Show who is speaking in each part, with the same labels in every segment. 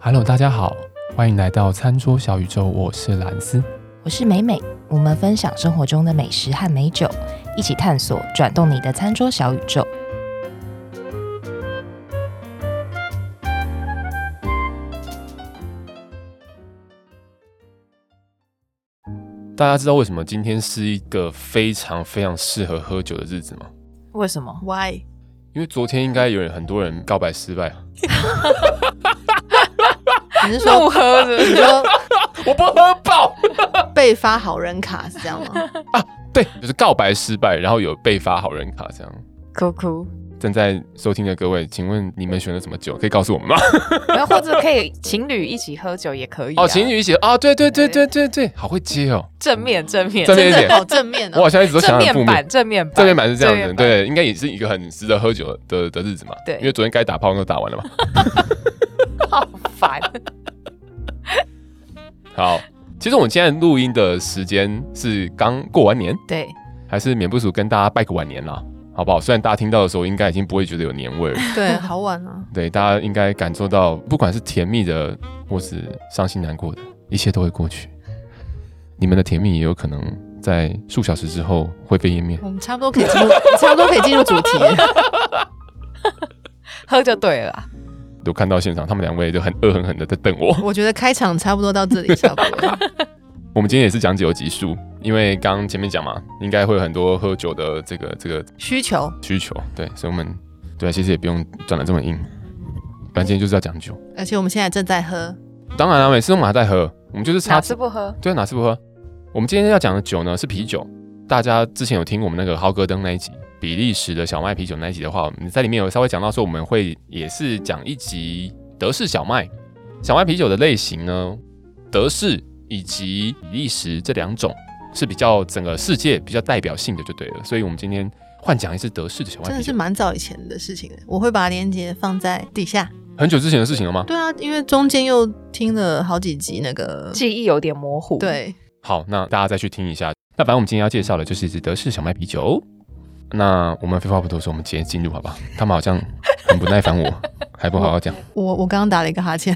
Speaker 1: Hello，大家好，欢迎来到餐桌小宇宙，我是蓝斯。
Speaker 2: 我是美美，我们分享生活中的美食和美酒，一起探索转动你的餐桌小宇宙。
Speaker 1: 大家知道为什么今天是一个非常非常适合喝酒的日子吗？
Speaker 2: 为什么？
Speaker 3: Why？
Speaker 1: 因为昨天应该有人很多人告白失败，啊
Speaker 3: 你是说
Speaker 2: 喝是
Speaker 3: 你 说
Speaker 1: 我不喝爆。
Speaker 3: 被发好人卡是这样 吗？
Speaker 1: 对，就是告白失败，然后有被发好人卡这样。
Speaker 2: 哭哭，
Speaker 1: 正在收听的各位，请问你们选了什么酒？可以告诉我们吗？
Speaker 4: 然后或者可以情侣一起喝酒也可以、啊。
Speaker 1: 哦，情侣一起啊，对对对对对对，好会接哦。
Speaker 4: 正面正面
Speaker 1: 正面一点
Speaker 3: 好正面
Speaker 1: 我
Speaker 3: 哦
Speaker 1: 好。像一直都想
Speaker 4: 嗯正
Speaker 1: 很负
Speaker 4: 面
Speaker 1: 面
Speaker 4: 版。正面版
Speaker 1: 正面版是这样子，
Speaker 4: 正面版
Speaker 1: 对，应该也是一个很值得喝酒的的日子嘛。
Speaker 4: 对
Speaker 1: 因为昨天该打炮都打完了嘛。
Speaker 4: 好烦。
Speaker 1: 好，其实我们现在录音的时间是刚过完年，
Speaker 4: 对，
Speaker 1: 还是免不俗跟大家拜个晚年啦，好不好？虽然大家听到的时候应该已经不会觉得有年味了，
Speaker 3: 对，好晚啊。
Speaker 1: 对，大家应该感受到，不管是甜蜜的或是伤心难过的，一切都会过去。你们的甜蜜也有可能在数小时之后灰飞烟灭。
Speaker 3: 我们差不多可以进 入，差不多可以进入主题了。
Speaker 4: 喝就对了啊。
Speaker 1: 我看到现场，他们两位就很恶狠狠的在瞪我。
Speaker 3: 我觉得开场差不多到这里，差不多了。
Speaker 1: 我们今天也是讲解有集数，因为刚刚前面讲嘛，应该会有很多喝酒的这个这个
Speaker 3: 需求
Speaker 1: 需求，对，所以我们对，啊其实也不用转的这么硬，反正今天就是要讲酒。
Speaker 3: 而且我们现在正在喝，
Speaker 1: 当然了、啊每次都马在喝，我们就是差
Speaker 4: 哪次不喝？
Speaker 1: 对啊，哪次不喝？我们今天要讲的酒呢是啤酒。大家之前有听我们那个豪格登那一集，比利时的小麦啤酒那一集的话，我们在里面有稍微讲到说，我们会也是讲一集德式小麦。小麦啤酒的类型呢，德式以及比利时这两种是比较整个世界比较代表性的，就对了。所以我们今天换讲一次德式的小
Speaker 3: 真
Speaker 1: 麦
Speaker 3: 的
Speaker 1: 啤
Speaker 3: 是
Speaker 1: 酒，
Speaker 3: 蛮早以前的事情了。我会把链接放在底下。
Speaker 1: 很久之前的事情了吗？
Speaker 3: 对啊，因为中间又听了好几集那个，
Speaker 4: 记忆有点模糊。，
Speaker 3: 对，
Speaker 1: 好，那大家再去听一下。那反正我们今天要介绍的就是一支德式小麦啤酒。那我们废话不多说，我们直接进入好不好？他们好像很不耐烦我，还不好好讲。
Speaker 3: 我我刚刚打了一个哈欠。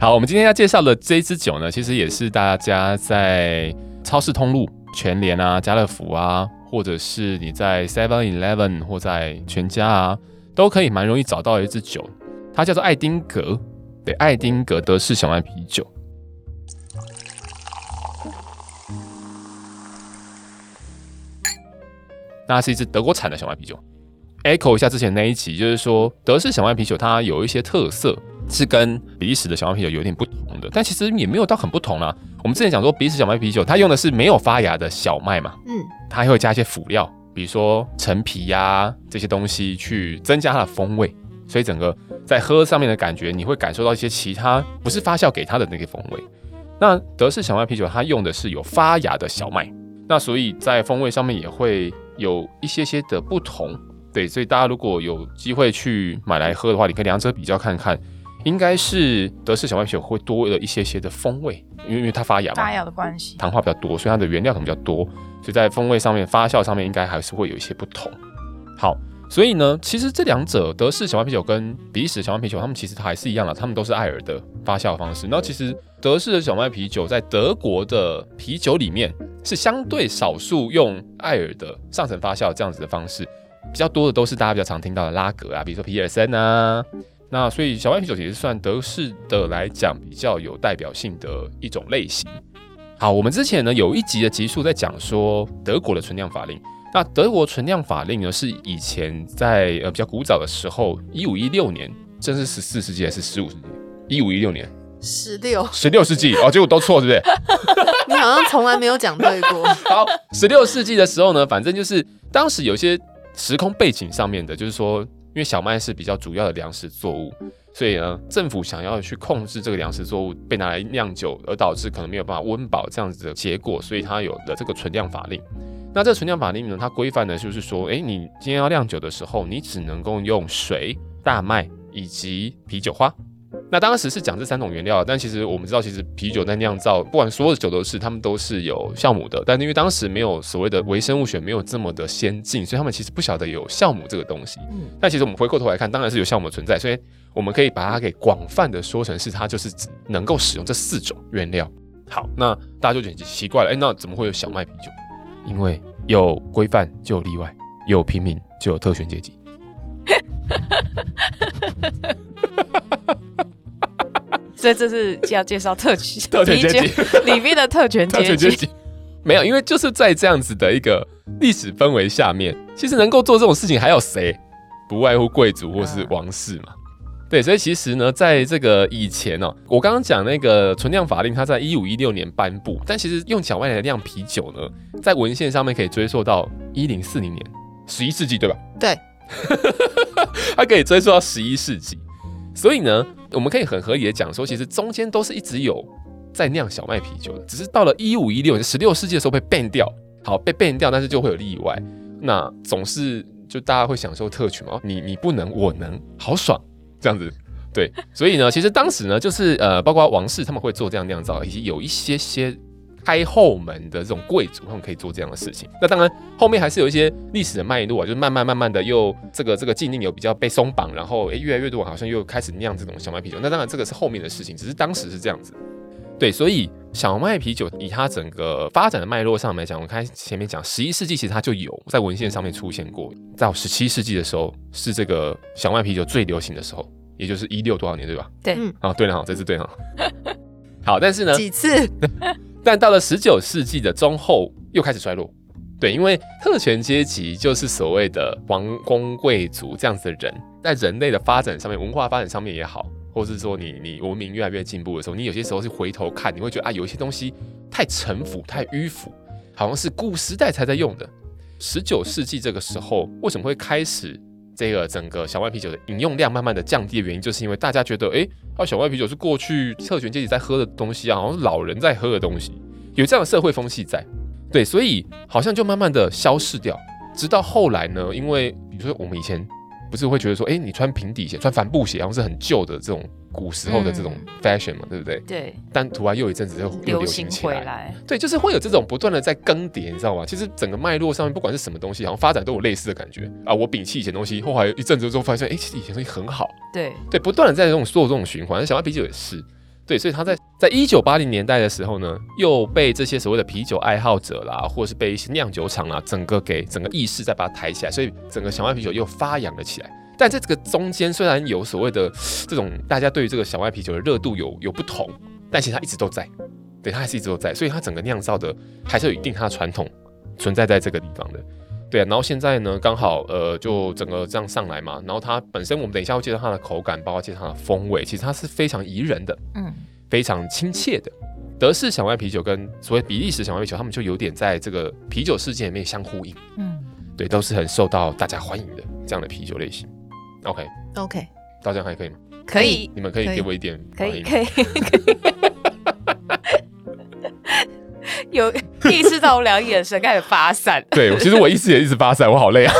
Speaker 1: 好，我们今天要介绍的这一支酒呢，其实也是大家在超市通路、全联啊、家乐福啊，或者是你在 Seven Eleven 或在全家啊，都可以蛮容易找到的一支酒。它叫做爱丁格，对，爱丁格德式小麦啤酒。那是一支德国产的小麦啤酒。echo 一下之前那一集，就是说德式小麦啤酒它有一些特色，是跟比利时的小麦啤酒有点不同的，但其实也没有到很不同啦、我们之前讲说，比利时小麦啤酒它用的是没有发芽的小麦嘛，
Speaker 3: 嗯，
Speaker 1: 它还会加一些辅料，比如说陈皮呀、这些东西去增加它的风味，所以整个在喝上面的感觉，你会感受到一些其他不是发酵给它的那个风味。那德式小麦啤酒它用的是有发芽的小麦，那所以在风味上面也会有一些些的不同。对，所以大家如果有机会去买来喝的话，你可以两者比较看看，应该是德式小麦啤酒会多了一些些的风味，因为因为它发芽嘛，
Speaker 4: 大家的关系。
Speaker 1: 糖化比较多，所以它的原料可能比较多，所以在风味上面、发酵上面应该还是会有一些不同。好，所以呢，其实这两者德式小麦啤酒跟比利时小麦啤酒，它们其实还是一样的，它们都是艾尔的发酵方式。那其实德式的小麦啤酒在德国的啤酒里面是相对少数用艾尔的上层发酵这样子的方式，比较多的都是大家比较常听到的拉格啊，比如说皮尔森啊。那所以小麦啤酒也是算德式的来讲比较有代表性的一种类型。好，我们之前呢有一集的集数在讲说德国的存量法令。那德国存量法令呢是以前在呃比较古早的时候，一五一六年，真是十四世纪还是十五世纪？一五一六年，
Speaker 3: 十六，
Speaker 1: 十六世纪哦，结果都错，对不对？
Speaker 3: 你好像从来没有讲对过。
Speaker 1: 好，十六世纪的时候呢，反正就是当时有一些时空背景上面的，就是说，因为小麦是比较主要的粮食作物，所以呢，政府想要去控制这个粮食作物被拿来酿酒，而导致可能没有办法温饱这样子的结果，所以它有了这个存量法令。那这个存量法令呢，它规范的就是说，诶，你今天要酿酒的时候，你只能够用水、大麦以及啤酒花。那当时是讲这三种原料，但其实我们知道，其实啤酒在酿造，不管所有的酒都是，他们都是有酵母的。但是因为当时没有所谓的微生物学没有这么的先进，所以他们其实不晓得有酵母这个东西。但其实我们回过头来看，当然是有酵母的存在，所以我们可以把它给广泛的说成是它就是只能够使用这四种原料。好，那大家就觉得奇怪了，哎、那怎么会有小麦啤酒？因为有规范就有例外，有平民就有特权阶级。
Speaker 4: 所以这是要介绍特权
Speaker 1: 特权阶级
Speaker 4: 理解里面的特权
Speaker 1: 特
Speaker 4: 阶
Speaker 1: 权阶
Speaker 4: 级。
Speaker 1: 级。没有，因为就是在这样子的一个历史氛围下面，其实能够做这种事情还有谁？不外乎贵族或是王室嘛。对，所以其实呢，在这个以前哦，我刚刚讲那个存量法令，它在一五一六年颁布，但其实用小麦来酿啤酒呢，在文献上面可以追溯到一零四零年，十一世纪对吧？
Speaker 3: 对，
Speaker 1: 它可以追溯到十一世纪。所以呢，我们可以很合理的讲说，其实中间都是一直有在酿小麦啤酒的，只是到了一五一六十六世纪的时候被 ban 掉。好，被 ban 掉，但是就会有例外。那总是就大家会享受特权嘛，哦你你不能，我能，好爽，这样子。对，所以呢，其实当时呢，就是呃，包括王室他们会做这样酿造，以及有一些些开后门的这种贵族，他们可以做这样的事情。那当然，后面还是有一些历史的脉络啊，就是慢慢慢慢的又这个这个禁令有比较被松绑，然后诶越来越多人好像又开始酿这种小麦啤酒。那当然这个是后面的事情，只是当时是这样子。对，所以小麦啤酒以它整个发展的脉络上来讲，我看前面讲十一世纪其实它就有在文献上面出现过，到十七世纪的时候是这个小麦啤酒最流行的时候，也就是一六多少年对吧？
Speaker 4: 对
Speaker 3: 嗯
Speaker 1: 啊对了哈，这次对哈。好，但是呢，
Speaker 3: 几次
Speaker 1: 但到了十九世纪的中后又开始衰落。对，因为特权阶级就是所谓的王公贵族这样子的人，在人类的发展上面、文化发展上面也好，或是说你你文明越来越进步的时候，你有些时候是回头看，你会觉得啊，有一些东西太城府、太迂腐，好像是古时代才在用的。十九世纪这个时候，为什么会开始这个整个小麦啤酒的饮用量慢慢的降低的原因，就是因为大家觉得，诶，啊，小麦啤酒是过去特权阶级在喝的东西啊，好像是老人在喝的东西。有这样的社会风气在，对，所以好像就慢慢的消逝掉。直到后来呢，因为比如说我们以前不是会觉得说，哎、你穿平底鞋、穿帆布鞋，好像是很旧的这种古时候的这种 fashion 嘛，对不对？
Speaker 4: 对，
Speaker 1: 但突然又一阵子又又嗯流
Speaker 4: 流
Speaker 1: 行
Speaker 4: 行
Speaker 1: 起
Speaker 4: 回
Speaker 1: 来，
Speaker 4: 来，
Speaker 1: 对，就是会有这种不断的在更迭，你知道吗？其实整个脉络上面，不管是什么东西，好像发展都有类似的感觉啊。我摒弃以前东西，后来一阵子之后发现，哎、其实以前东西很好，
Speaker 4: 对，
Speaker 1: 对，不断的在这种做这种循环。小麦啤酒也是，对，所以他在在一九八零年代的时候呢，又被这些所谓的啤酒爱好者啦，或是被一些酿酒厂啦，整个给整个意识再把它抬起来，所以整个小麦啤酒又发扬了起来。但在这个中间，虽然有所谓的这种大家对于这个小麦啤酒的热度有有不同，但其实它一直都在，对，它还是一直都在，所以它整个酿造的还是有一定它的传统存在在这个地方的。对、啊，然后现在呢，刚好呃，就整个这样上来嘛，然后它本身我们等一下会介绍它的口感，包括介绍它的风味，其实它是非常宜人的，
Speaker 2: 嗯，
Speaker 1: 非常亲切的。德式小麦啤酒跟所谓比利时小麦啤酒，他们就有点在这个啤酒世界里面相呼应，
Speaker 2: 嗯，
Speaker 1: 对，都是很受到大家欢迎的这样的啤酒类型。OK，
Speaker 3: ，OK，
Speaker 1: 到这样还可以吗？
Speaker 4: 可以，
Speaker 1: 你们可以
Speaker 3: 可以
Speaker 1: 给我一点
Speaker 4: 可
Speaker 1: 反
Speaker 4: 以，
Speaker 1: 应吗
Speaker 4: 可以， 可以。有意识到我俩眼神开始发散，
Speaker 1: 对，我其实我一直也一直发散，我好累啊。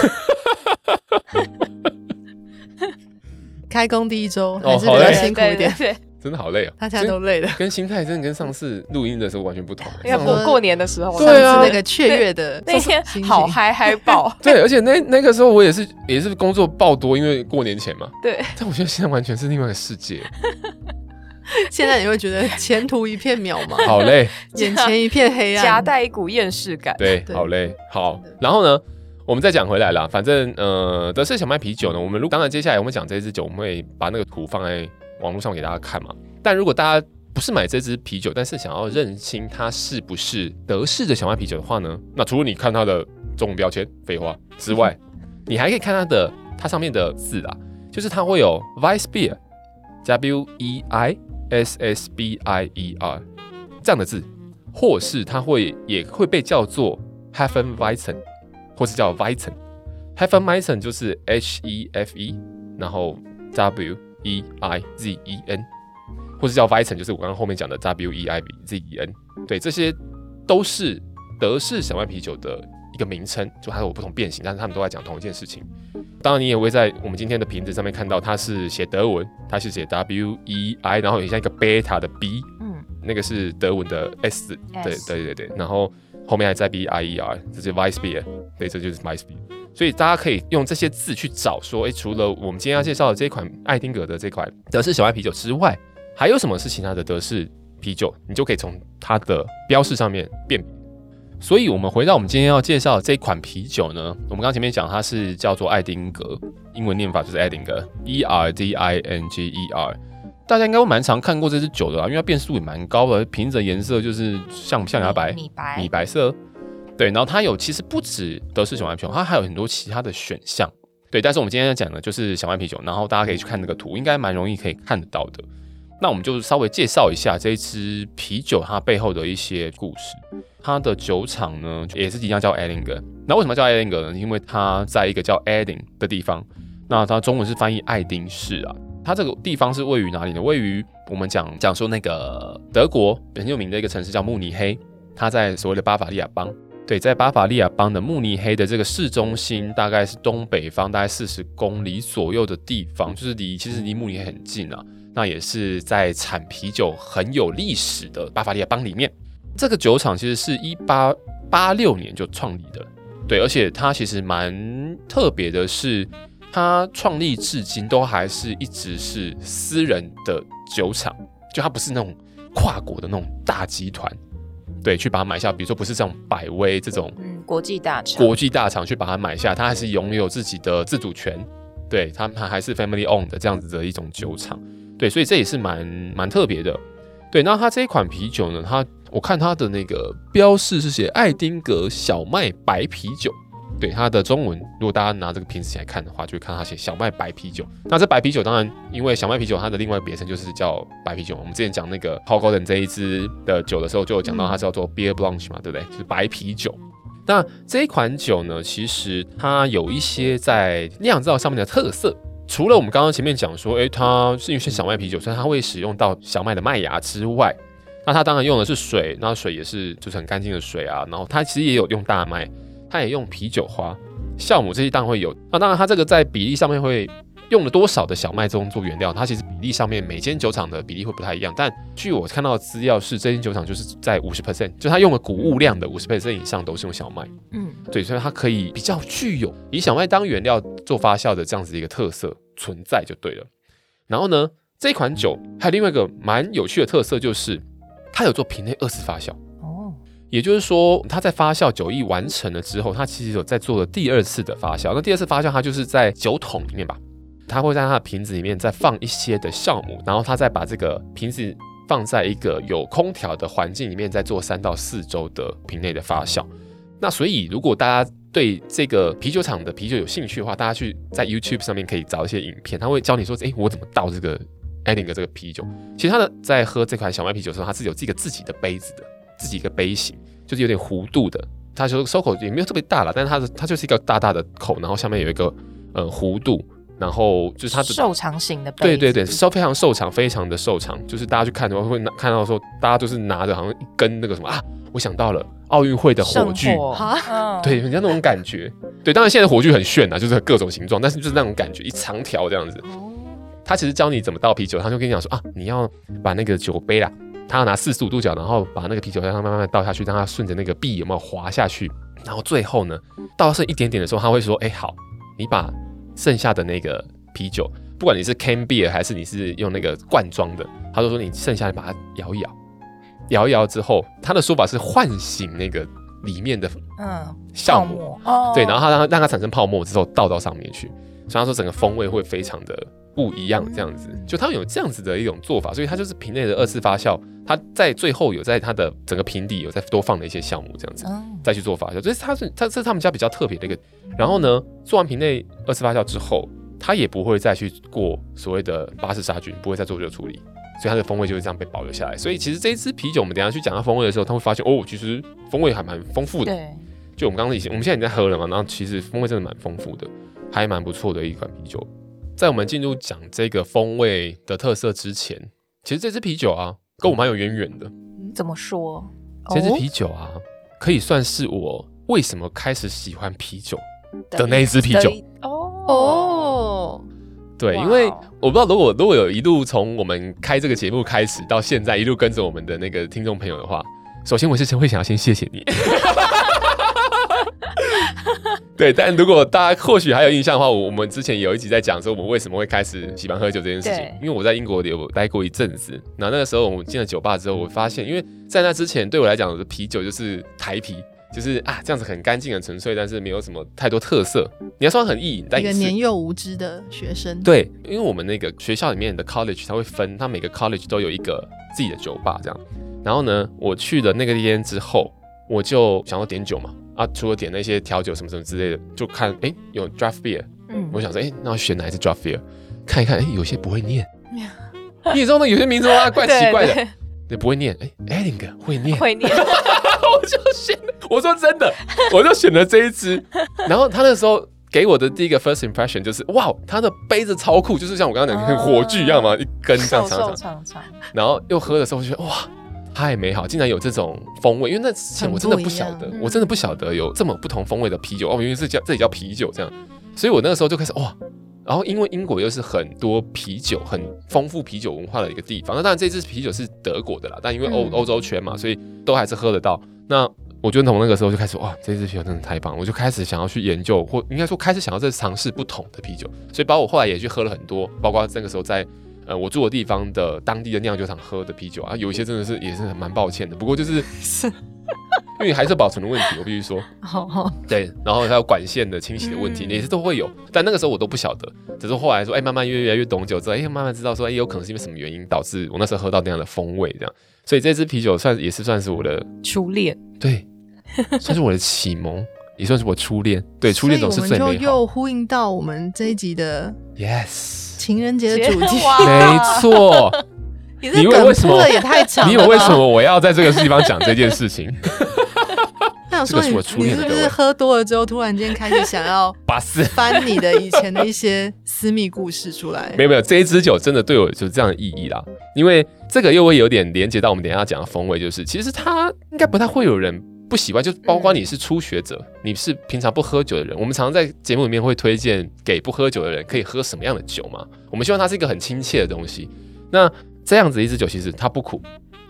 Speaker 3: 开工第一周
Speaker 1: 哦
Speaker 3: 还是比
Speaker 1: 好
Speaker 3: 较
Speaker 1: 嘞
Speaker 3: 辛苦一点，
Speaker 4: 对，对对
Speaker 1: 真的好累啊！
Speaker 3: 大家都累了。
Speaker 1: 跟心态真的跟上次录音的时候完全不同。啊
Speaker 4: 对要
Speaker 1: 上
Speaker 3: 想
Speaker 1: 次
Speaker 4: 过
Speaker 3: 说
Speaker 4: 过年的时候，
Speaker 1: 对啊，
Speaker 3: 上次那个雀跃的
Speaker 4: 那天
Speaker 3: 心情
Speaker 4: 好，嗨嗨爆
Speaker 1: 对，而且那那个时候我也是也是工作爆多，因为过年前嘛。
Speaker 4: 对，
Speaker 1: 但我觉得现在完全是另外一个世界，
Speaker 3: 现在你会觉得前途一片渺茫，
Speaker 1: 好累，
Speaker 3: 眼前一片黑
Speaker 4: 夹
Speaker 3: 暗。
Speaker 4: 带一股厌世感。
Speaker 1: 对，
Speaker 3: 对
Speaker 1: 好累，好。然后呢，我们再讲回来啦，反正呃，德式小麦啤酒呢，我们如当然接下来我们讲这支酒，我们会把那个图放在网络上给大家看嘛。但如果大家不是买这支啤酒，但是想要认清它是不是德式的小麦啤酒的话呢，那除了你看它的中文标签“废话”之外，你还可以看它的它上面的字啊，就是它会有 Vice Beer W E I S S B I E R 这样的字，或是它会也会被叫做 h e f e n w e i z e n 或是叫 w e i z e n h e f e n w e i z e n 就是 H E F E，然后 W E I Z E N，或是叫 w e i z e n 就是我刚刚后面讲的 W E I Z E N。对，这些都是德式小麦啤酒的一个名称，就它有不同变形，但是他们都在讲同一件事情。当然，你也会在我们今天的瓶子上面看到，它是写德文，它是写 W E I，然后有像一个贝塔的 B，
Speaker 2: 嗯
Speaker 1: 那个是德文的 S，对
Speaker 2: S
Speaker 1: 对对对，然后后面还在 B I E R，这是 Vice Beer，对，这就是 Vice Beer。所以大家可以用这些字去找说，诶，除了我们今天要介绍的这款艾丁格的这款德式小麦啤酒之外，还有什么是其他的德式啤酒？你就可以从它的标示上面辨别。所以，我们回到我们今天要介绍的这款啤酒呢，我们刚前面讲它是叫做艾丁格，英文念法就是 Edinger，E，E R D I N G E R。大家应该会蛮常看过这支酒的啦，因为它变数也蛮高的，凭着颜色就是像象牙白、
Speaker 2: 米白，
Speaker 1: 米白色。对，然后它有其实不止德式小麦啤酒，它还有很多其他的选项。对，但是我们今天要讲的就是小麦啤酒，然后大家可以去看那个图，应该蛮容易可以看得到的。那我们就稍微介绍一下这一支啤酒它背后的一些故事。它的酒厂呢也是一样叫 Edinger，那为什么叫 Edinger 呢？因为它在一个叫 Edin 的地方，那它中文是翻译爱丁市啊。它这个地方是位于哪里呢？位于我们讲讲说那个德国很有名的一个城市叫慕尼黑，它在所谓的巴伐利亚邦。对，在巴伐利亚邦的慕尼黑的这个市中心，大概是东北方大概四十公里左右的地方，就是离其实离慕尼黑很近啊。那也是在产啤酒很有历史的巴伐利亚邦里面。这个酒厂其实是一八八六年就创立的了，对，而且它其实蛮特别的是，它创立至今都还是一直是私人的酒厂，就它不是那种跨国的那种大集团，对，去把它买下，比如说不是这种百威这种
Speaker 2: 嗯，国际大厂，
Speaker 1: 国际大厂去把它买下，它还是拥有自己的自主权，对，它它还是 family owned 的这样子的一种酒厂，对，所以这也是蛮蛮特别的，对。那它这一款啤酒呢，它我看它的那个标示是写爱丁格小麦白啤酒，对，它的中文如果大家拿这个瓶子起来看的话，就会看它写小麦白啤酒。那这白啤酒当然，因为小麦啤酒它的另外一个别称就是叫白啤酒嘛。我们之前讲那个 h o g o l d e n 这一支的酒的时候，就有讲
Speaker 2: 嗯
Speaker 1: 到它叫做 Beer Blanche 嘛，对不对？就是白啤酒。那这一款酒呢，其实它有一些在酿造上面的特色。除了我们刚刚前面讲说，诶、它是因为是小麦啤酒，所以它会使用到小麦的麦芽之外，那它当然用的是水，那水也是就是很干净的水啊。然后它其实也有用大麦，它也用啤酒花、酵母这些当然会有。那当然它这个在比例上面会用了多少的小麦中做原料，它其实比例上面每间酒厂的比例会不太一样。但据我看到的资料是，这间酒厂就是在五十 percent，就它用了谷物量的五十 percent 以上都是用小麦。
Speaker 2: 嗯，
Speaker 1: 对，所以它可以比较具有以小麦当原料做发酵的这样子一个特色存在就对了。然后呢，这款酒还有另外一个蛮有趣的特色，就是它有做瓶内二次发酵，
Speaker 2: 哦，
Speaker 1: 也就是说它在发酵酒液完成了之后，它其实有在做了第二次的发酵。那第二次发酵，它就是在酒桶里面吧，它会在它的瓶子里面再放一些的酵母，然后它再把这个瓶子放在一个有空调的环境里面，再做三到四周的瓶内的发酵。那所以，如果大家对这个啤酒厂的啤酒有兴趣的话，大家去在 YouTube 上面可以找一些影片，他会教你说，诶，我怎么倒这个 Edinger 这个啤酒。其实他的在喝这款小麦啤酒的时候，他是有这个自己的杯子的，自己一个杯型，就是有点弧度的。它就收口也没有特别大了，但是它的它就是一个大大的口，然后下面有一个呃弧度，然后就是它的
Speaker 2: 瘦长型的
Speaker 1: 对
Speaker 2: 杯，
Speaker 1: 对对，，稍非常瘦长，非常的瘦长，就是大家去看的话会拿看到说，大家就是拿着好像一根那个什么啊，我想到了奥运会的火炬，
Speaker 2: 圣火
Speaker 3: 啊，
Speaker 2: 哦
Speaker 4: 嗯，
Speaker 1: 对，很像那种感觉。对，当然现在的火炬很炫啊，就是各种形状，但是就是那种感觉，一长条这样子。他其实教你怎么倒啤酒，他就跟你讲说啊，你要把那个酒杯啦，他要拿四十五度角，然后把那个啤酒让它慢慢地倒下去，让它顺着那个壁有没有滑下去，然后最后呢，倒剩一点点的时候，他会说，哎、好，你把剩下的那个啤酒，不管你是 can beer 还是你是用那个罐装的，他就说你剩下的把它摇一摇，摇一摇之后，他的说法是唤醒那个里面的
Speaker 2: 嗯，
Speaker 1: 酵母。
Speaker 2: 母，
Speaker 4: 哦
Speaker 1: 对，然后它让它让它产生泡沫之后倒到上面去，所以他说整个风味会非常的不一样，这样子，就他们有这样子的一种做法，所以它就是瓶内的二次发酵，它在最后有在它的整个瓶底有再多放了一些酵母这样子，
Speaker 2: 嗯，
Speaker 1: 再去做发酵，这是它是它这是他们家比较特别的一个。然后呢，做完瓶内二次发酵之后，它也不会再去过所谓的巴氏杀菌，不会再做热处理，所以它的风味就会这样被保留下来。所以其实这一支啤酒，我们等一下去讲它风味的时候，他会发现哦，其实风味还蛮丰富的。
Speaker 2: 对，
Speaker 1: 就我们刚刚以前，我们现在已经在喝了嘛，然后其实风味真的蛮丰富的，还蛮不错的一款啤酒。在我们进入讲这个风味的特色之前，其实这支啤酒啊，跟我蛮有渊源的。
Speaker 2: 怎么说？
Speaker 1: 这支啤酒啊，可以算是我为什么开始喜欢啤酒的那一支啤酒。
Speaker 4: 哦
Speaker 3: 哦，
Speaker 1: 对，
Speaker 4: 哇哦
Speaker 1: 因为我不知道如果如果有一路从我们开这个节目开始到现在一路跟着我们的那个听众朋友的话，首先我是先会想要先谢谢你。 对，但如果大家或许还有印象的话，我我们之前有一集在讲说我们为什么会开始喜欢喝酒这件事情
Speaker 4: 对，
Speaker 1: 因为我在英国有待过一阵子，然后那个时候我进了酒吧之后，我发现，因为在那之前对我来讲，我的啤酒就是台啤，就是啊这样子很干净很纯粹，但是没有什么太多特色。你要说很意淫，但
Speaker 3: 一
Speaker 1: 也
Speaker 3: 个
Speaker 1: 是
Speaker 3: 年幼无知的学生，，
Speaker 1: 对，因为我们那个学校里面的 college，它会分，它每个 college 都有一个自己的酒吧这样。然后呢，我去了那个店之后，我就想要点酒嘛，啊，除了点那些调酒什么什么之类的，就看诶有 draft beer，
Speaker 4: 嗯
Speaker 1: 我想说诶，那我选哪一支 draft beer？看一看，诶，有些不会念，你也知道那有些名字哇，怪奇怪的，
Speaker 4: 的，
Speaker 1: 你不会念，诶 e d i n g 会 念，
Speaker 4: 会念，
Speaker 1: 我就选，我说真的，我就选了这一支。然后他那时候给我的第一个 first impression 就是，哇，哦他的杯子超酷，就是像我刚刚讲的
Speaker 4: 哦
Speaker 1: 火炬一样嘛，一根这样长
Speaker 4: 瘦瘦
Speaker 1: 长。
Speaker 4: 长长，
Speaker 1: 然后又喝的时候，我就觉得哇，太美好，竟然有这种风味。因为那之前我真的不晓得
Speaker 3: 很不
Speaker 4: 一，样嗯
Speaker 1: 我真的不晓得有这么不同风味的啤酒哦，原来是叫这里叫啤酒这样。所以我那个时候就开始哇。然后，因为英国又是很多啤酒、很丰富啤酒文化的一个地方，那当然这支啤酒是德国的啦，但因为欧、
Speaker 4: 嗯
Speaker 1: 欧洲圈嘛，所以都还是喝得到。那我就从那个时候就开始，哇，这支啤酒真的太棒！我就开始想要去研究，或应该说开始想要再尝试不同的啤酒，所以把我后来也去喝了很多，包括那个时候在呃我住的地方的当地的酿酒厂喝的啤酒啊，有一些真的是也是很蛮抱歉的，不过就是
Speaker 4: 是
Speaker 1: 因为还是有保存的问题，我必须 说，
Speaker 3: 哦，
Speaker 1: 对，然后还有管线的清洗的问题，
Speaker 4: 嗯
Speaker 1: 也是都会有。但那个时候我都不晓得，只是后来说，哎、慢慢越越来越懂酒之后，哎、慢慢知道说，哎、有可能是因为什么原因导致我那时候喝到那样的风味，这样。所以这支啤酒算也是算是我的，
Speaker 4: 初恋，
Speaker 1: 对，算是我的启蒙，也算是我初恋。对，初恋总是最
Speaker 3: 所以我们
Speaker 1: 美
Speaker 3: 就
Speaker 1: 好。
Speaker 3: 又呼应到我们这一集的
Speaker 1: Yes，
Speaker 3: 情人节的主题，
Speaker 4: 哇
Speaker 1: 没错。
Speaker 3: 你
Speaker 1: 你以为为什么
Speaker 3: 的也太长了吧？
Speaker 1: 你以为为什么我要在这个地方讲这件事 情？
Speaker 3: 那我
Speaker 1: 这
Speaker 3: 说
Speaker 1: 个是
Speaker 3: 你
Speaker 1: 我初
Speaker 3: 你
Speaker 1: 恋的
Speaker 3: 是不
Speaker 1: 各位
Speaker 3: 是喝多了之后，突然间开始想要
Speaker 1: 巴斯。
Speaker 3: 翻你的以前的一些私密故事出来？
Speaker 1: 没有没有，这一支酒真的对我就是这样的意义啦，因为这个又会有点连接到我们等一下讲的风味，就是其实它应该不太会有人不喜欢，就包括你是初学者，
Speaker 4: 嗯
Speaker 1: 你是平常不喝酒的人，我们常常在节目里面会推荐给不喝酒的人可以喝什么样的酒嘛，我们希望它是一个很亲切的东西。那这样子一支酒其实它不苦，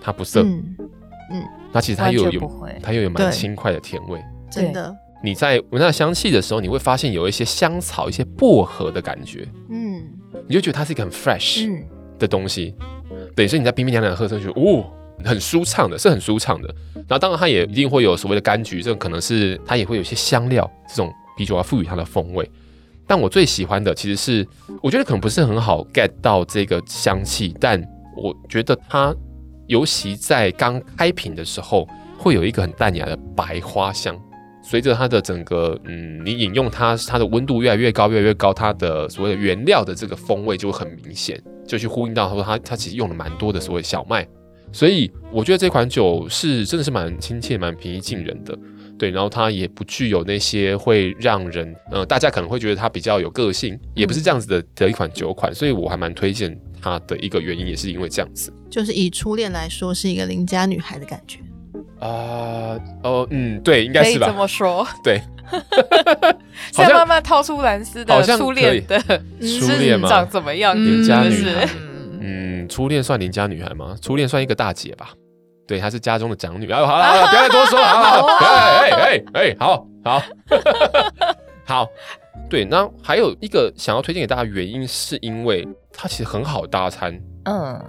Speaker 1: 它不涩，
Speaker 3: 嗯，
Speaker 1: 那其实它
Speaker 4: 完
Speaker 1: 又
Speaker 4: 全不
Speaker 1: 有
Speaker 4: 会，
Speaker 1: 它又有蛮
Speaker 3: 对
Speaker 1: 轻快的甜味。
Speaker 3: 真的，
Speaker 1: 你在闻到香气的时候，你会发现有一些香草、一些薄荷的感觉，
Speaker 4: 嗯
Speaker 1: 你就觉得它是一个很 fresh，、
Speaker 4: 嗯，
Speaker 1: 的东西，对，所以你在冰冰凉凉地喝上去，哦，很舒畅的，是很舒畅的。然后当然它也一定会有所谓的柑橘，这种可能是它也会有一些香料，这种啤酒要赋予它的风味。但我最喜欢的其实是，我觉得可能不是很好 get 到这个香气，但我觉得它尤其在刚开瓶的时候，会有一个很淡雅的白花香。随着它的整个，嗯，你饮用它，它的温度越来越高，越来越高，它的所谓的原料的这个风味就会很明显。就去呼应到他说他他其实用了蛮多的所谓小麦，所以我觉得这款酒是真的是蛮亲切、蛮平易近人的。对，然后它也不具有那些会让人，呃，大家可能会觉得它比较有个性，也不是这样子的的一款酒款，所以我还蛮推荐它的一个原因，也是因为这样子
Speaker 3: 就是以初恋来说，是一个邻家女孩的感觉。
Speaker 1: 啊、哦，嗯，对，应该
Speaker 4: 可以
Speaker 1: 是
Speaker 4: 这
Speaker 1: 吧，
Speaker 4: 么说，
Speaker 1: 对，好
Speaker 4: 现在慢
Speaker 1: 像
Speaker 4: 慢掏出兰斯
Speaker 1: 好
Speaker 4: 的
Speaker 1: 像
Speaker 4: 初
Speaker 1: 可以
Speaker 4: 恋的
Speaker 1: 初恋
Speaker 4: 是长
Speaker 1: 吗？
Speaker 4: 怎么样，
Speaker 1: 邻家
Speaker 4: 就
Speaker 1: 女
Speaker 4: 是
Speaker 1: 孩
Speaker 3: 嗯，
Speaker 1: 嗯，初恋算邻家女孩吗？初恋算一个大姐吧。对，她是家中的长女。哎，好了好了，不要再多说了，好了好了，哎哎哎哎，好好 好。对，那还有一个想要推荐给大家，原因是因为它其实很好搭餐。
Speaker 2: 嗯，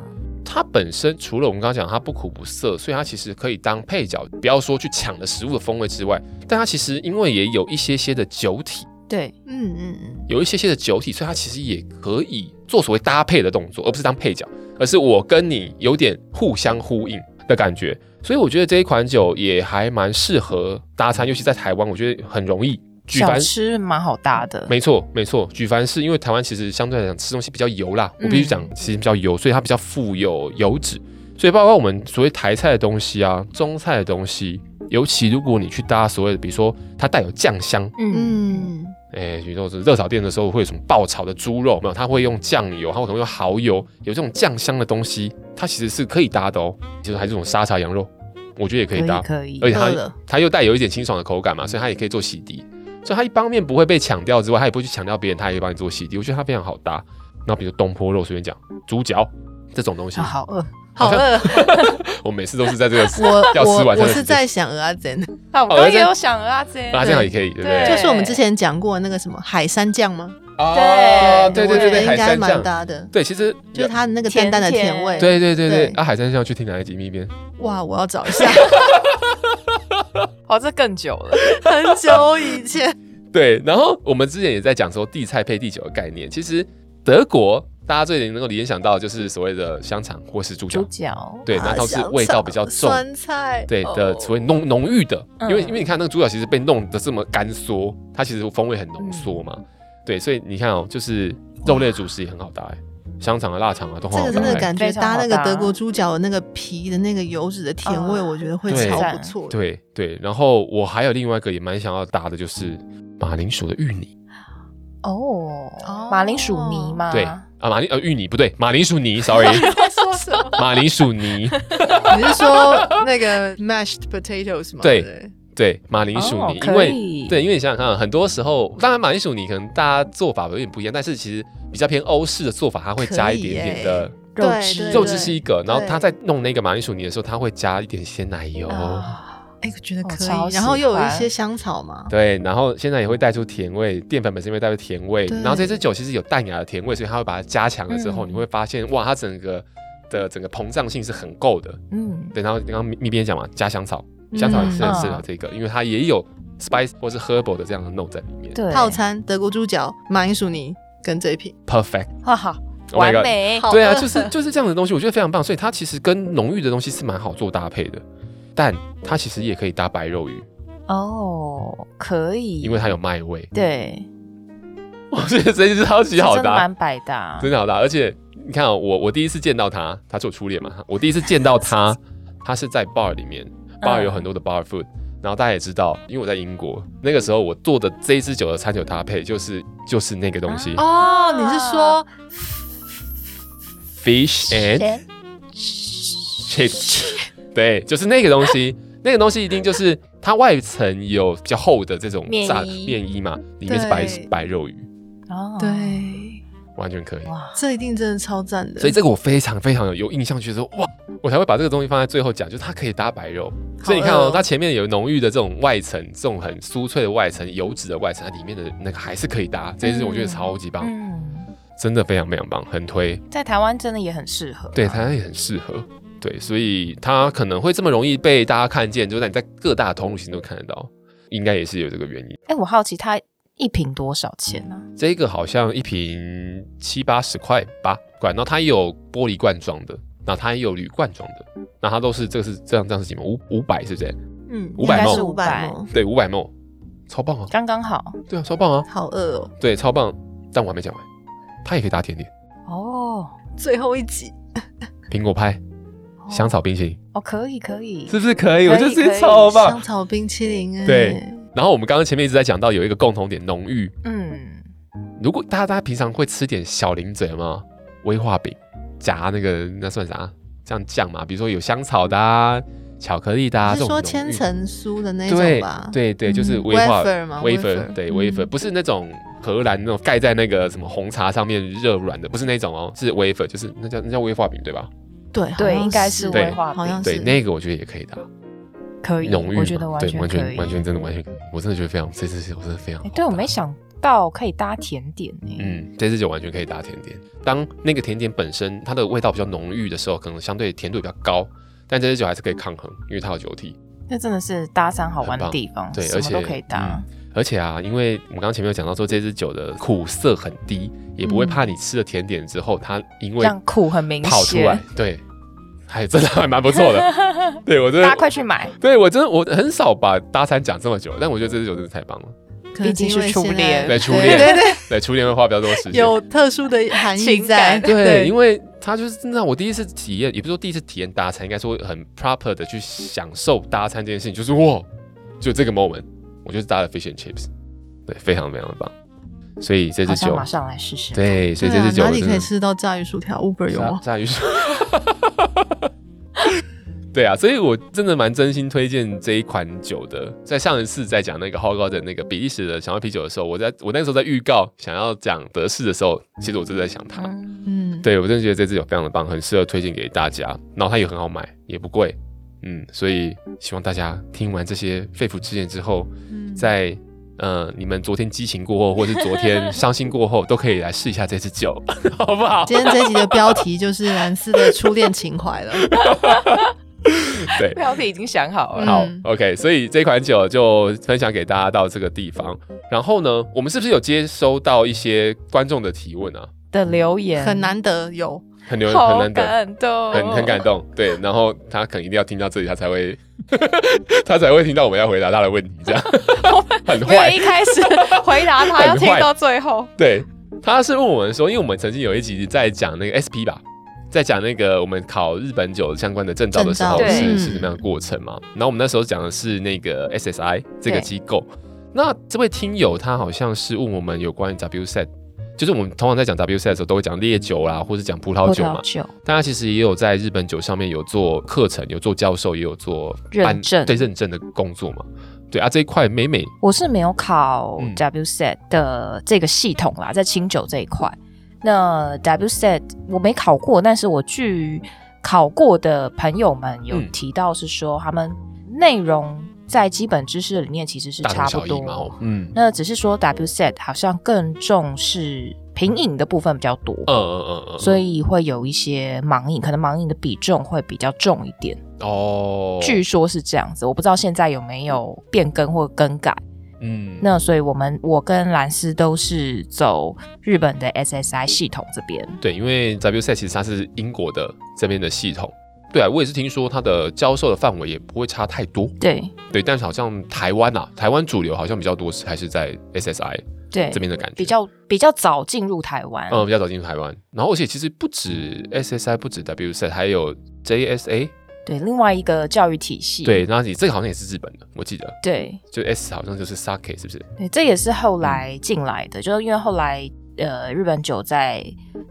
Speaker 1: 它本身除了我们刚刚讲它不苦不涩，所以它其实可以当配角，不要说去抢了食物的风味之外，但它其实因为也有一些些的酒体，
Speaker 4: 对，
Speaker 3: 嗯嗯嗯，
Speaker 1: 有一些些的酒体，所以它其实也可以做所谓搭配的动作，而不是当配角，而是我跟你有点互相呼应的感觉。所以我觉得这一款酒也还蛮适合搭餐，尤其在台湾，我觉得很容易举
Speaker 2: 小
Speaker 1: 凡。
Speaker 2: 吃蛮好搭的，
Speaker 1: 没错，没错，举凡是因为台湾其实相对来讲吃东西比较油啦，我必须讲其实比较油，所以它比较富有油脂，所以包括我们所谓台菜的东西啊、中菜的东西，尤其如果你去搭所谓的，比如说它带有酱香，
Speaker 3: 嗯，
Speaker 1: 哎，比如说是热炒店的时候会有什么爆炒的猪肉，没有？它会用酱油，它会可能用蚝油，有这种酱香的东西，它其实是可以搭的哦。就是还有这种沙茶羊肉，我觉得也可以搭，
Speaker 2: 可以
Speaker 1: 而且
Speaker 3: 饿
Speaker 1: 它
Speaker 3: 了
Speaker 1: 它又带有一点清爽的口感嘛，所以它也可以做洗涤。所以它一方面不会被抢掉之外，它也不会去抢掉别人，它也可以帮你做洗涤。我觉得它非常好搭。然后比如东坡肉，随便讲猪脚这种东西，
Speaker 2: 哦好饿，
Speaker 4: 好饿，
Speaker 1: 我每次都是在这个
Speaker 3: 我
Speaker 1: 要吃
Speaker 3: 我
Speaker 1: 晚餐的
Speaker 3: 我
Speaker 1: 时
Speaker 3: 是
Speaker 1: 间
Speaker 3: 在想鹅阿珍，
Speaker 4: 啊，
Speaker 1: 好
Speaker 4: 我刚刚
Speaker 1: 这
Speaker 4: 也
Speaker 1: 样
Speaker 4: 有想啊，这
Speaker 1: 啊，这样也可以，对不对？
Speaker 3: 就是我们之前讲过那个什么海山酱吗？
Speaker 1: 啊，对
Speaker 4: 对
Speaker 1: 对对对，
Speaker 3: 我觉得
Speaker 1: 海
Speaker 3: 应该
Speaker 1: 参
Speaker 3: 蛮
Speaker 1: 酱，
Speaker 3: 搭的，
Speaker 1: 对，其实
Speaker 3: 就是它的那个淡淡的
Speaker 4: 甜
Speaker 3: 甜味。
Speaker 4: 甜
Speaker 1: 对对对对
Speaker 3: 对，
Speaker 1: 啊，海参酱去听哪一集密边？
Speaker 3: 哇，我要找一下，
Speaker 4: 哦，这更久了，
Speaker 3: 很久以前。
Speaker 1: 对，然后我们之前也在讲说地菜配地酒的概念，其实德国大家最能够联想到的就是所谓的香肠或是猪脚
Speaker 2: 猪，脚，
Speaker 1: 对，那
Speaker 3: 啊
Speaker 1: 都是
Speaker 3: 香
Speaker 1: 味道
Speaker 3: 肠
Speaker 1: 比较重。
Speaker 3: 酸菜，
Speaker 1: 对的，
Speaker 3: 哦
Speaker 1: 所谓浓浓郁的，因为
Speaker 4: 嗯
Speaker 1: 因为你看那个猪脚其实被弄得这么干缩，它其实风味很
Speaker 3: 嗯
Speaker 1: 浓缩嘛，对，所以你看哦，就是肉类的主食也很好搭、欸，香肠啊、腊肠啊都很
Speaker 3: 这
Speaker 1: 好搭、
Speaker 3: 个真的
Speaker 1: 欸。
Speaker 3: 感觉
Speaker 4: 非常好
Speaker 3: 搭那个
Speaker 4: 搭
Speaker 3: 德国猪脚的那个皮的那个油脂的甜味，
Speaker 4: 啊
Speaker 3: 我觉得会
Speaker 1: 对
Speaker 3: 超不
Speaker 4: 赞
Speaker 3: 错 的。
Speaker 1: 对对，然后我还有另外一个也蛮想要搭的，就是马铃薯的芋泥。
Speaker 2: 哦
Speaker 3: 哦，
Speaker 2: 马铃薯泥嘛，
Speaker 1: 对啊，马铃呃芋泥不对，马铃薯泥，sorry，
Speaker 4: 在说什么？
Speaker 1: 马铃薯泥，
Speaker 3: 你是说那个 mashed potatoes 吗？
Speaker 1: 对
Speaker 3: 不
Speaker 1: 对，马铃薯泥，
Speaker 2: 哦
Speaker 1: 因
Speaker 2: 可
Speaker 1: 为
Speaker 2: 以
Speaker 1: 对，因为你想想看，啊很多时候，当然马铃薯泥可能大家做法有点不一样，但是其实比较偏欧式的做法，它会加
Speaker 3: 可
Speaker 1: 一
Speaker 3: 以
Speaker 1: 点点
Speaker 3: 耶
Speaker 1: 的
Speaker 2: 肉
Speaker 3: 对
Speaker 2: 汁
Speaker 3: 对
Speaker 1: 肉汁是一个，然后
Speaker 3: 对
Speaker 1: 他在弄那个马铃薯泥的时候，他会加一点鲜奶油，哦
Speaker 2: 啊，
Speaker 3: 哎，我觉得
Speaker 2: 我
Speaker 3: 可
Speaker 2: 超
Speaker 3: 以。然后
Speaker 2: 喜
Speaker 3: 又有一
Speaker 2: 欢
Speaker 3: 些香草嘛，
Speaker 1: 对，然后现在也会带出甜味，淀粉本身也会带出甜味，
Speaker 3: 对
Speaker 1: 然后这支酒其实有淡雅的甜味，所以它会把它加强了之后，
Speaker 2: 嗯
Speaker 1: 你会发现哇，它整个的整个膨胀性是很够的。
Speaker 2: 嗯，
Speaker 1: 对，然后刚刚蜜蜜边讲嘛，加香草，香草也是
Speaker 2: 嗯
Speaker 1: 很适合这个，因为它也有 spice 或是 herbal 的这样的 note 在里面。
Speaker 2: 对，
Speaker 3: 套餐德国猪脚、马铃薯泥跟这一瓶，
Speaker 1: ，perfect，
Speaker 4: 哈哈，
Speaker 1: Oh my
Speaker 4: 完
Speaker 1: god
Speaker 4: 美，
Speaker 2: 哦
Speaker 3: 好
Speaker 1: 对啊，
Speaker 3: 饿
Speaker 1: 就是就是这样的东西，我觉得非常棒，所以它其实跟浓郁的东西是蛮好做搭配的，但它其实也可以搭白肉鱼，
Speaker 2: 哦，可以，
Speaker 1: 因为它有麦味。
Speaker 2: 对，
Speaker 1: 我觉得这就是超级
Speaker 2: 这
Speaker 1: 好
Speaker 2: 真的
Speaker 1: 搭，
Speaker 2: 蛮百搭，
Speaker 1: 真的好搭。而且你看、哦，我我第一次见到他，他是我初恋嘛，我第一次见到他，他是在 bar 里面，bar
Speaker 2: 嗯
Speaker 1: 有很多的 bar food。然后大家也知道，因为我在英国，那个时候我做的这一支酒的餐酒搭配就是就是那个东西、
Speaker 3: 哦，你是说
Speaker 1: f i s h and
Speaker 2: 咸
Speaker 1: chips，对，就是那个东西。那个东西一定就是它外层有比较厚的这种
Speaker 4: 面
Speaker 1: 炸
Speaker 4: 衣
Speaker 1: 面衣嘛，里面是白
Speaker 3: 对
Speaker 1: 白肉鱼，
Speaker 2: 哦，
Speaker 3: 对？
Speaker 1: 完全可以。
Speaker 2: 哇，
Speaker 3: 这一定真的超赞的。
Speaker 1: 所以这个我非常非常有印象，觉得说哇，我才会把这个东西放在最后讲，就是它可以搭白肉。所以你看
Speaker 3: 好饿
Speaker 1: 哦
Speaker 3: 哦，
Speaker 1: 它前面有浓郁的这种外层，这种很酥脆的外层，油脂的外层，它里面的那个还是可以搭，这件事我觉得超级棒，
Speaker 2: 嗯，
Speaker 1: 真的非常非常棒，很推。
Speaker 2: 在台湾真的也很适合，啊
Speaker 1: 对，它也很适合。对，所以它可能会这么容易被大家看见，就是在你在各大通路型都看得到，应该也是有这个原因。
Speaker 2: 哎，我好奇它一瓶多少钱啊呢？
Speaker 1: 这个好像一瓶七八十块八罐，然后它也有玻璃罐装的，然后它也有铝罐装的，那它都是这个是这样这样是几毛五五百是不是？
Speaker 3: 嗯，
Speaker 1: 500
Speaker 3: 应该
Speaker 1: 梦
Speaker 3: 是五百梦，
Speaker 1: 对，五百毛，超棒啊！
Speaker 2: 刚刚好
Speaker 1: 对啊，超棒啊！
Speaker 3: 好饿哦，
Speaker 1: 对，超棒。啊但我还没讲完，它也可以打甜点，
Speaker 2: 哦，
Speaker 3: 最后一集。
Speaker 1: 苹果派、香草冰淇淋，
Speaker 2: 哦，可以可以，
Speaker 1: 是不是可以？哎
Speaker 4: 可以
Speaker 1: 我就觉
Speaker 4: 可
Speaker 1: 得
Speaker 4: 以
Speaker 1: 超
Speaker 3: 香
Speaker 1: 棒。
Speaker 3: 草冰淇淋哎，
Speaker 1: 对，然后我们刚刚前面一直在讲到有一个共同点，浓郁。
Speaker 2: 嗯，
Speaker 1: 如果大家大家平常会吃点小零嘴吗？威化饼夹那个那算啥？这样酱嘛，比如说有香草的、啊、巧克力的、啊，
Speaker 3: 是
Speaker 1: 这种
Speaker 3: 说
Speaker 1: 浓郁
Speaker 3: 千层酥的那种
Speaker 1: 对
Speaker 3: 吧？
Speaker 1: 对对，就是
Speaker 2: 嗯
Speaker 1: 威化
Speaker 3: wafer 吗
Speaker 1: wafer
Speaker 3: wafer
Speaker 1: 对
Speaker 2: 嗯
Speaker 1: wafer 不是那种荷兰那种盖在那个什么红茶上面热软的，不是那种哦，是 wafer，就是那叫那叫威化饼对吧？
Speaker 3: 对
Speaker 2: 对
Speaker 3: 好像
Speaker 2: 应该
Speaker 3: 是
Speaker 2: 是
Speaker 1: 对威
Speaker 2: 化饼
Speaker 3: 好像
Speaker 1: 对，
Speaker 3: 嗯是
Speaker 1: 那个我觉得也可以的啊，
Speaker 2: 可以，
Speaker 1: 浓郁嘛，
Speaker 2: 我觉得完
Speaker 1: 对，
Speaker 2: 全
Speaker 1: 完
Speaker 2: 可
Speaker 1: 全
Speaker 2: 以，
Speaker 1: 完全真的完全可以，我真的觉得非常这支酒真的非常
Speaker 2: 哎
Speaker 1: 好，
Speaker 2: 对我
Speaker 1: 搭
Speaker 2: 没想到可以搭甜点呢，
Speaker 1: 嗯，这支酒完全可以搭甜点。当那个甜点本身它的味道比较浓郁的时候，可能相对甜度比较高，但这支酒还是可以抗衡，因为它有酒体。
Speaker 2: 这真的是搭讪好玩的地方，
Speaker 1: 对，
Speaker 2: 什
Speaker 1: 而
Speaker 2: 么
Speaker 1: 且
Speaker 2: 都可以搭，
Speaker 1: 嗯而且啊，因为我们刚刚前面有讲到说，这支酒的苦涩很低，也不会
Speaker 2: 嗯
Speaker 1: 怕你吃了甜点之后，它因为
Speaker 2: 让苦很明
Speaker 1: 跑出来
Speaker 2: 显，，
Speaker 1: 对，还真的还蛮不错的。对我真
Speaker 2: 大家
Speaker 1: 的，
Speaker 2: 快去买，
Speaker 1: 对我真的我很少把搭餐讲这么久，但我觉得这支酒真的太棒了。
Speaker 3: 可能
Speaker 2: 毕竟
Speaker 3: 因为
Speaker 2: 是初
Speaker 3: 现在
Speaker 2: 恋
Speaker 1: 对初
Speaker 3: 对对
Speaker 1: 恋，
Speaker 3: 对，
Speaker 1: 对初恋会花比较多时间，
Speaker 3: 有特殊的含义
Speaker 4: 情
Speaker 3: 在。
Speaker 4: 感
Speaker 1: 对，因为他就是真的，我第一次体验，也不是说第一次体验搭餐，应该说很 proper 的去享受搭餐这件事情，就是哇，就这个 moment，我就是搭了 fish and chips，对，非常非常的棒。所以这支
Speaker 2: 好像
Speaker 1: 酒
Speaker 2: 马，上来试试，，
Speaker 1: 对，所以
Speaker 3: 对
Speaker 1: 这
Speaker 3: 啊
Speaker 1: 支酒
Speaker 3: 哪
Speaker 1: 我
Speaker 3: 里
Speaker 1: 真
Speaker 3: 可以
Speaker 1: 的啊
Speaker 3: 吃到炸鱼薯条？Uber 有
Speaker 1: 炸
Speaker 3: 吗？
Speaker 1: 炸鱼薯， 对啊，所以我真的蛮真心推荐这一款酒的。在上一次在讲那个 h o g o 的那个比利时的想要啤酒的时候，我在我那时候在预告想要讲德式的时候，其实我就在想它。
Speaker 2: 嗯，
Speaker 3: 嗯，嗯，
Speaker 1: 对我真的觉得这支酒非常的棒，很适合推荐给大家。然后它也很好买，也不贵，嗯，所以希望大家听完这些肺腑之言之后，
Speaker 3: 嗯
Speaker 1: 在呃你们昨天激情过后，或是昨 天伤心过后，都可以来试一下这支酒， 好不好？
Speaker 3: 今天这一集的标题就是蓝斯的初恋情怀 了。
Speaker 1: 对，
Speaker 4: 标题已经想好了，
Speaker 1: 好、
Speaker 3: 嗯
Speaker 1: o k 所以这款酒就分享给大家到这个地方。然后呢，我们是不是有接收到一些观众的提问啊？
Speaker 4: 的留言
Speaker 3: 很，难得有，
Speaker 1: 很留很
Speaker 4: 好
Speaker 1: 难得，
Speaker 4: 感动，
Speaker 1: 很很感动。对，然后他可能一定要听到这里，他才会 他才会听到我们要回答他的问题，这样 很
Speaker 4: 哦没有
Speaker 1: 坏
Speaker 4: 一。开始回答他，要
Speaker 1: 很
Speaker 4: 听
Speaker 1: 坏
Speaker 4: 到最后。
Speaker 1: 对，他是问我们说，因为我们曾经有一集在讲那个 SP 吧。在讲那个我们考日本酒相关的证照的时候
Speaker 3: 证
Speaker 4: 照
Speaker 1: 是
Speaker 4: 对
Speaker 1: 是怎么样的过程嘛？然后我们那时候讲的是那个 SSI 这个机构。那这位听友他好像是问我们有关于 WSET，就是我们通常在讲 WSET 的时候都会讲烈酒啦，或是讲葡萄
Speaker 2: 葡
Speaker 1: 酒嘛
Speaker 2: 萄。酒，
Speaker 1: 大家其实也有在日本酒上面有做课程，有做教授，也有做办
Speaker 2: 认证
Speaker 1: 对认证的工作嘛。对啊，这一块每每
Speaker 2: 我是没有考
Speaker 1: 嗯
Speaker 2: WSET 的这个系统啦，在清酒这一块。那 WSET 我没考过，但是我据考过的朋友们有
Speaker 1: 嗯
Speaker 2: 提到是说，他们内容在基本知识里面其实是
Speaker 1: 大
Speaker 2: 差
Speaker 1: 同
Speaker 2: 不
Speaker 1: 小异嘛，
Speaker 2: 多
Speaker 1: 哦，嗯
Speaker 2: 那只是说 WSET 好像更重视品饮的部分比较多，
Speaker 1: 嗯嗯嗯嗯，
Speaker 2: 所以会有一些盲饮，可能盲饮的比重会比较重一点。
Speaker 1: 哦，
Speaker 2: 据说是这样子，我不知道现在有没有变更或更改。
Speaker 1: 嗯
Speaker 2: 那所以我们我跟兰斯都是走日本的 SSI 系统这边，
Speaker 1: 对，因为 WSET 其实它是英国的这边的系统。对啊，我也是听说它的教授的范围也不会差太多，
Speaker 2: 对
Speaker 1: 对，但是好像台湾啊，台湾主流好像比较多是还是在 SSI
Speaker 2: 对，
Speaker 1: 这边的感觉，
Speaker 2: 比较比较早进入台湾，
Speaker 1: 嗯比较早进入台湾，然后而且其实不止 SSI，不止 WSET，还有 JSA，
Speaker 2: 对，另外一个教育体系，
Speaker 1: 对，那你这个好像也是日本的，我记得，
Speaker 2: 对
Speaker 1: 就 S 好像就是 sake 是不是？
Speaker 2: 对，这也是后来进来的，就是因为后来呃日本酒在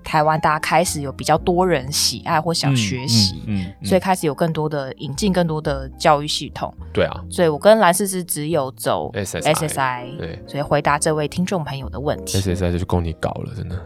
Speaker 2: 台湾大家开始有比较多人喜爱或想学习。
Speaker 1: 嗯，嗯
Speaker 2: 所以开始有更多的引进更多的教育系统，
Speaker 1: 对啊
Speaker 2: 所以我跟兰斯是只有走
Speaker 1: SSI
Speaker 2: SSI
Speaker 1: 对
Speaker 2: 所以回答这位听众朋友的问题。
Speaker 1: ，SSI 就是供你搞了，真的。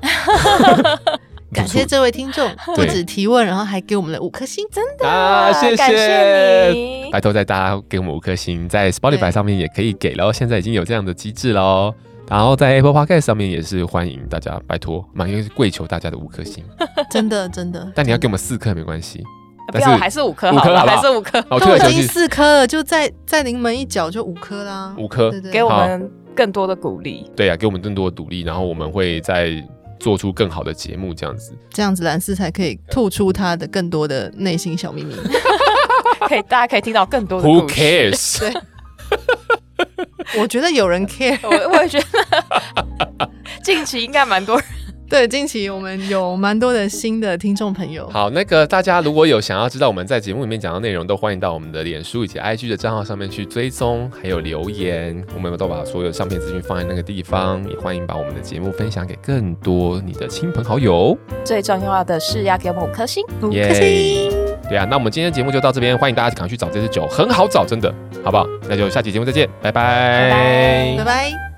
Speaker 3: 感谢这位听众，不
Speaker 1: 对
Speaker 3: 止提问，然后还给我们了五颗星， 真的
Speaker 1: 啊，谢
Speaker 2: 感谢
Speaker 1: 谢。啊
Speaker 2: 你。呃
Speaker 1: 拜托，在大家给我们五颗星，在 Spotify
Speaker 3: 对
Speaker 1: 上面也可以给喽，现在已经有这样的机制喽。然后在 Apple Podcast 上面也是欢迎大家，拜托，满月是跪求大家的五颗星，
Speaker 3: 真的真的。
Speaker 1: 但你要给我们四颗也没关系。
Speaker 4: 不
Speaker 1: 但
Speaker 4: 要，
Speaker 1: 是
Speaker 4: 还是五颗
Speaker 1: 五
Speaker 4: 好
Speaker 1: 颗好
Speaker 4: 了，
Speaker 1: 不好
Speaker 4: 还是五颗，
Speaker 1: 哦，我突
Speaker 3: 都
Speaker 1: 然
Speaker 3: 已
Speaker 1: 想
Speaker 3: 经
Speaker 1: 起
Speaker 3: 四颗了，就在在临门一脚就五颗啦。
Speaker 1: 五颗
Speaker 3: 对，对
Speaker 4: 给我
Speaker 1: 好
Speaker 4: 们更多的鼓励。
Speaker 1: 对啊，给我们更多的鼓励，然后我们会再做出更好的节目这样子。
Speaker 3: 这样子，蓝斯才可以吐出他的更多的内心小 秘密。
Speaker 4: 可以，大家可以听到更多的
Speaker 1: Who
Speaker 4: 故事。
Speaker 1: cares？
Speaker 3: 我觉得有人 care。
Speaker 4: 我我也觉得 近期应该蛮多人
Speaker 3: 对，近期我们有蛮多的新的听众朋友。
Speaker 1: 好，那个大家如果有想要知道我们在节目里面讲的内容，都欢迎到我们的脸书以及 IG 的账号上面去追踪，还有留言，我们都把所有上面资讯放在那个地方，也欢迎把我们的节目分享给更多你的亲朋好友，
Speaker 2: 最重要的是要给我们五颗星。
Speaker 3: 五颗星，
Speaker 1: 对啊，那我们今天的节目就到这边，欢迎大家赶快去找这支酒，很好找，真的，好不好？那就下期节目再见，拜拜
Speaker 3: 拜拜。